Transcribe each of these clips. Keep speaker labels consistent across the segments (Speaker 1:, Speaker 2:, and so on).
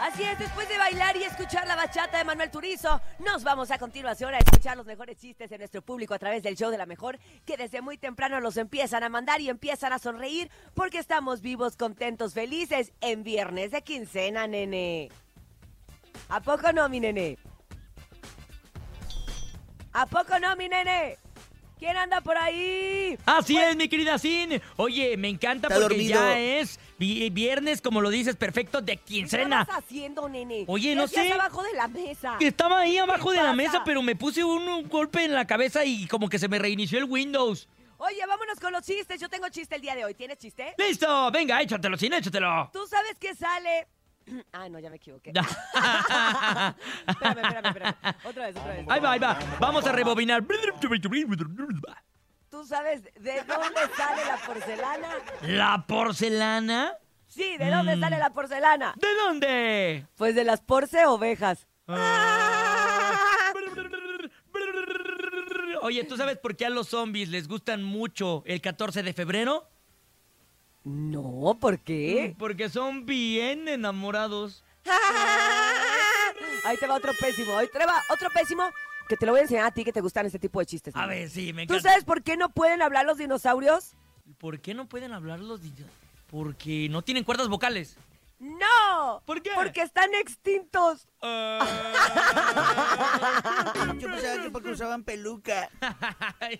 Speaker 1: Así es, después de bailar y escuchar la bachata de Manuel Turizo, nos vamos a continuación a escuchar los mejores chistes de nuestro público a través del show de la mejor, que desde muy temprano los empiezan a mandar y empiezan a sonreír porque estamos vivos, contentos, felices en viernes de quincena, nene. ¿A poco no, mi nene? ¿A poco no, mi nene? ¿Quién anda por ahí?
Speaker 2: Así es, mi querida Sin. Oye, me encanta
Speaker 3: Está
Speaker 2: porque
Speaker 3: dormido.
Speaker 2: ya es vi- viernes, como lo dices, perfecto, de
Speaker 1: ¿Qué
Speaker 2: quincena.
Speaker 1: estabas haciendo, nene?
Speaker 2: Oye,
Speaker 1: ¿Qué
Speaker 2: no
Speaker 1: hacías
Speaker 2: sé.
Speaker 1: abajo de la mesa.
Speaker 2: Que Estaba ahí abajo de la
Speaker 1: pasa?
Speaker 2: mesa, pero me puse un, un golpe en la cabeza y como que se me reinició el Windows.
Speaker 1: Oye, vámonos con los chistes. Yo tengo chiste el día de hoy. ¿Tienes chiste?
Speaker 2: ¡Listo! Venga, échatelo, Sin, échatelo.
Speaker 1: Tú sabes que sale. Ah, no, ya me equivoqué. espérame, espérame, espérame. Otra vez, otra vez.
Speaker 2: Ahí va, ahí va. Vamos a rebobinar.
Speaker 1: ¿Tú sabes de dónde sale la porcelana?
Speaker 2: ¿La porcelana?
Speaker 1: Sí, ¿de dónde
Speaker 2: Mm.
Speaker 1: sale la porcelana?
Speaker 2: ¿De dónde?
Speaker 1: Pues de las porce ovejas.
Speaker 2: Oye, ¿tú sabes por qué a los zombies les gustan mucho el 14 de febrero?
Speaker 1: No, ¿por qué?
Speaker 2: Porque son bien enamorados.
Speaker 1: Ahí te va otro pésimo. Ahí te va otro pésimo que te lo voy a enseñar a ti que te gustan este tipo de chistes.
Speaker 2: A
Speaker 1: nene.
Speaker 2: ver, sí, me
Speaker 1: ¿Tú
Speaker 2: encanta.
Speaker 1: sabes por qué no pueden hablar los dinosaurios?
Speaker 2: ¿Por qué no pueden hablar los dinosaurios? Porque no tienen cuerdas vocales.
Speaker 1: ¡No!
Speaker 2: ¿Por qué?
Speaker 1: Porque están extintos.
Speaker 3: Yo pensaba que porque usaban peluca.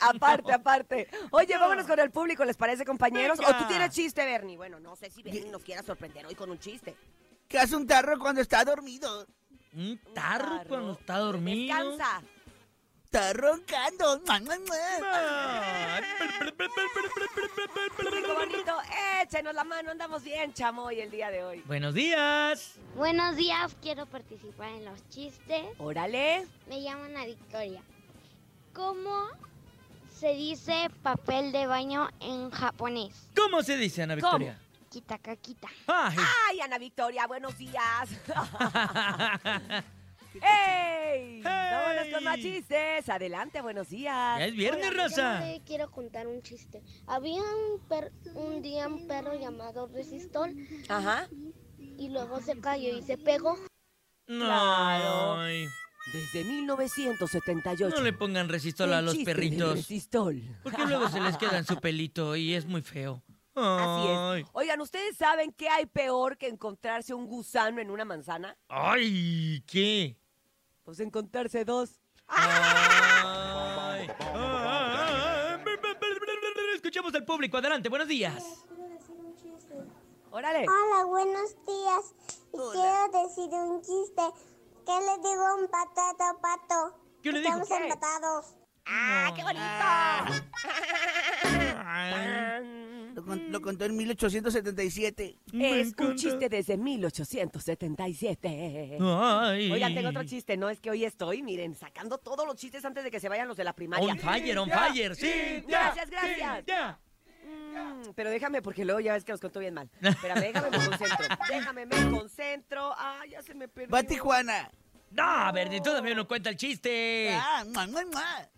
Speaker 1: Aparte,
Speaker 2: No.
Speaker 1: aparte. Oye, vámonos con el público, ¿les parece, compañeros? ¿O
Speaker 2: Venga.
Speaker 1: tú tienes chiste, Bernie? Bueno, no sé si Bernie nos quiera sorprender hoy con un chiste.
Speaker 3: ¿Qué hace un tarro cuando está dormido?
Speaker 2: Un
Speaker 1: Un
Speaker 2: tarro cuando está dormido.
Speaker 1: Descansa.
Speaker 3: Está roncando. Mua, mua, mua.
Speaker 2: Ah.
Speaker 1: Público bonito, échenos la mano, andamos bien, chamoy, el día de hoy.
Speaker 2: Buenos días.
Speaker 4: Buenos días, quiero participar en los chistes.
Speaker 1: Órale.
Speaker 4: Me llamo Ana Victoria. ¿Cómo se dice papel de baño en japonés?
Speaker 2: ¿Cómo se dice, Ana
Speaker 1: ¿Cómo?
Speaker 2: Victoria?
Speaker 4: Kita kakita.
Speaker 2: Ay.
Speaker 1: Ay, Ana Victoria, buenos días. ¡Ey! Vámonos con más chistes. Adelante, buenos
Speaker 2: Ya
Speaker 1: días.
Speaker 2: es viernes,
Speaker 4: Hola,
Speaker 2: raza.
Speaker 4: yo le quiero contar un chiste. Había un, per- un día un perro llamado Resistol
Speaker 1: Ajá.
Speaker 4: y luego se cayó y se pegó.
Speaker 2: No.
Speaker 1: Claro.
Speaker 2: ay.
Speaker 1: Desde 1978.
Speaker 2: No le pongan resistol a
Speaker 1: el
Speaker 2: los
Speaker 1: chiste del
Speaker 2: perritos.
Speaker 1: resistol.
Speaker 2: Porque luego se les queda en su pelito y es muy feo.
Speaker 1: Así
Speaker 2: Ay.
Speaker 1: es. Oigan, ¿ustedes saben qué hay peor que encontrarse un gusano en una manzana?
Speaker 2: Ay, ¿qué?
Speaker 1: Pues encontrarse dos.
Speaker 2: Ay. Ay. Escuchemos al público. Adelante, buenos días.
Speaker 1: Órale.
Speaker 3: Ah,
Speaker 5: Hola, buenos días. Y
Speaker 3: Hola.
Speaker 5: Quiero decir un chiste. ¿Qué le digo a un patato a pato?
Speaker 2: ¿Qué le dijo?
Speaker 5: Estamos
Speaker 2: ¿Qué?
Speaker 5: empatados.
Speaker 1: ¡Ah, qué
Speaker 2: Ah.
Speaker 1: bonito!
Speaker 2: Ay,
Speaker 3: Lo, con- lo contó en 1877.
Speaker 2: me
Speaker 1: Es un
Speaker 2: encanta.
Speaker 1: chiste desde 1877.
Speaker 2: Ay.
Speaker 1: Oigan, tengo otro chiste, ¿no? Es que hoy estoy, miren, sacando todos los chistes antes de que se vayan los de la primaria.
Speaker 2: On fire, on fire. Sí. ya,
Speaker 1: Gracias, gracias.
Speaker 2: sí, ya.
Speaker 1: Mm, pero déjame, porque luego ya ves que los contó bien mal. Espérame, déjame, me concentro. Déjame, me concentro. Ah, ya se me perdió.
Speaker 3: Va a Tijuana.
Speaker 2: No, a ver, de todavía no cuenta el chiste.
Speaker 3: Ah, mua, mua, mua.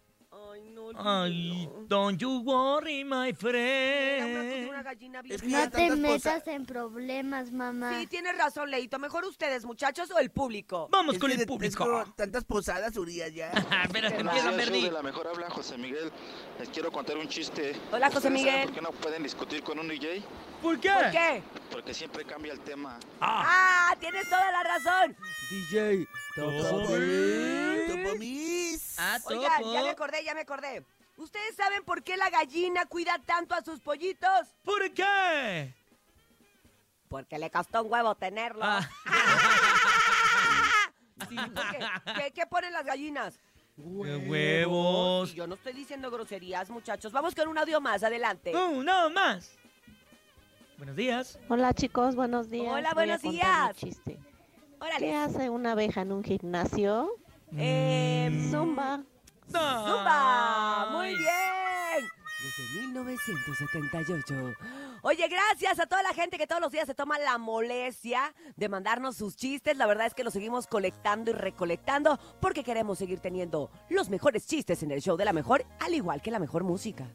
Speaker 1: Ay, no.
Speaker 2: Ay,
Speaker 1: olvídalo.
Speaker 2: don't you worry, my
Speaker 1: Era una cosa de una
Speaker 2: friend.
Speaker 1: gallina bien
Speaker 3: Es que ya tantas cosas.
Speaker 4: en problemas, mamá.
Speaker 1: Sí, tienes razón, Leito. Mejor ustedes, muchachos, o el público.
Speaker 2: Vamos
Speaker 3: Es
Speaker 2: con
Speaker 3: que
Speaker 2: el
Speaker 3: de-
Speaker 2: público.
Speaker 3: tengo tantas posadas, Urias, ya.
Speaker 2: Ah, Espérate,
Speaker 1: Buenos
Speaker 2: empieza a
Speaker 6: Buenos días, show
Speaker 2: perder.
Speaker 6: de la mejor habla José Miguel. Les quiero contar un chiste.
Speaker 1: Hola, José
Speaker 6: ¿Ustedes saben
Speaker 1: Miguel.
Speaker 6: ¿Por qué no pueden discutir con un DJ?
Speaker 2: ¿Por qué?
Speaker 1: ¿Por qué?
Speaker 6: Porque siempre cambia el tema.
Speaker 2: Ah,
Speaker 1: ¡Ah! Tienes toda la razón. DJ,
Speaker 3: Topomis, Topomis.
Speaker 2: ah,
Speaker 1: Oigan, ya me
Speaker 2: topo.
Speaker 1: acordé, ya me acordé. ¿Ustedes saben por qué la gallina cuida tanto a sus pollitos?
Speaker 2: ¿Por qué?
Speaker 1: Porque le costó un huevo tenerlo.
Speaker 2: Ah.
Speaker 1: Sí, porque- ¿qué, qué ponen las gallinas?
Speaker 2: Huevos.
Speaker 1: Y yo no estoy diciendo groserías, muchachos. Vamos con un audio más, adelante.
Speaker 2: Oh. Uno más. Buenos días.
Speaker 7: Hola chicos, buenos días.
Speaker 1: Hola,
Speaker 7: Voy a
Speaker 1: buenos
Speaker 7: contar mi
Speaker 1: días.
Speaker 7: chiste. ¿Qué
Speaker 1: Órale.
Speaker 7: hace una abeja en un gimnasio?
Speaker 1: Eh,
Speaker 7: Zumba.
Speaker 1: ¡Zumba! ¡Muy
Speaker 2: Ay.
Speaker 1: bien! Desde 1978. Oye, gracias a toda la gente que todos los días se toma la molestia de mandarnos sus chistes. La verdad es que los seguimos colectando y recolectando porque queremos seguir teniendo los mejores chistes en el show de la mejor, al igual que la mejor música.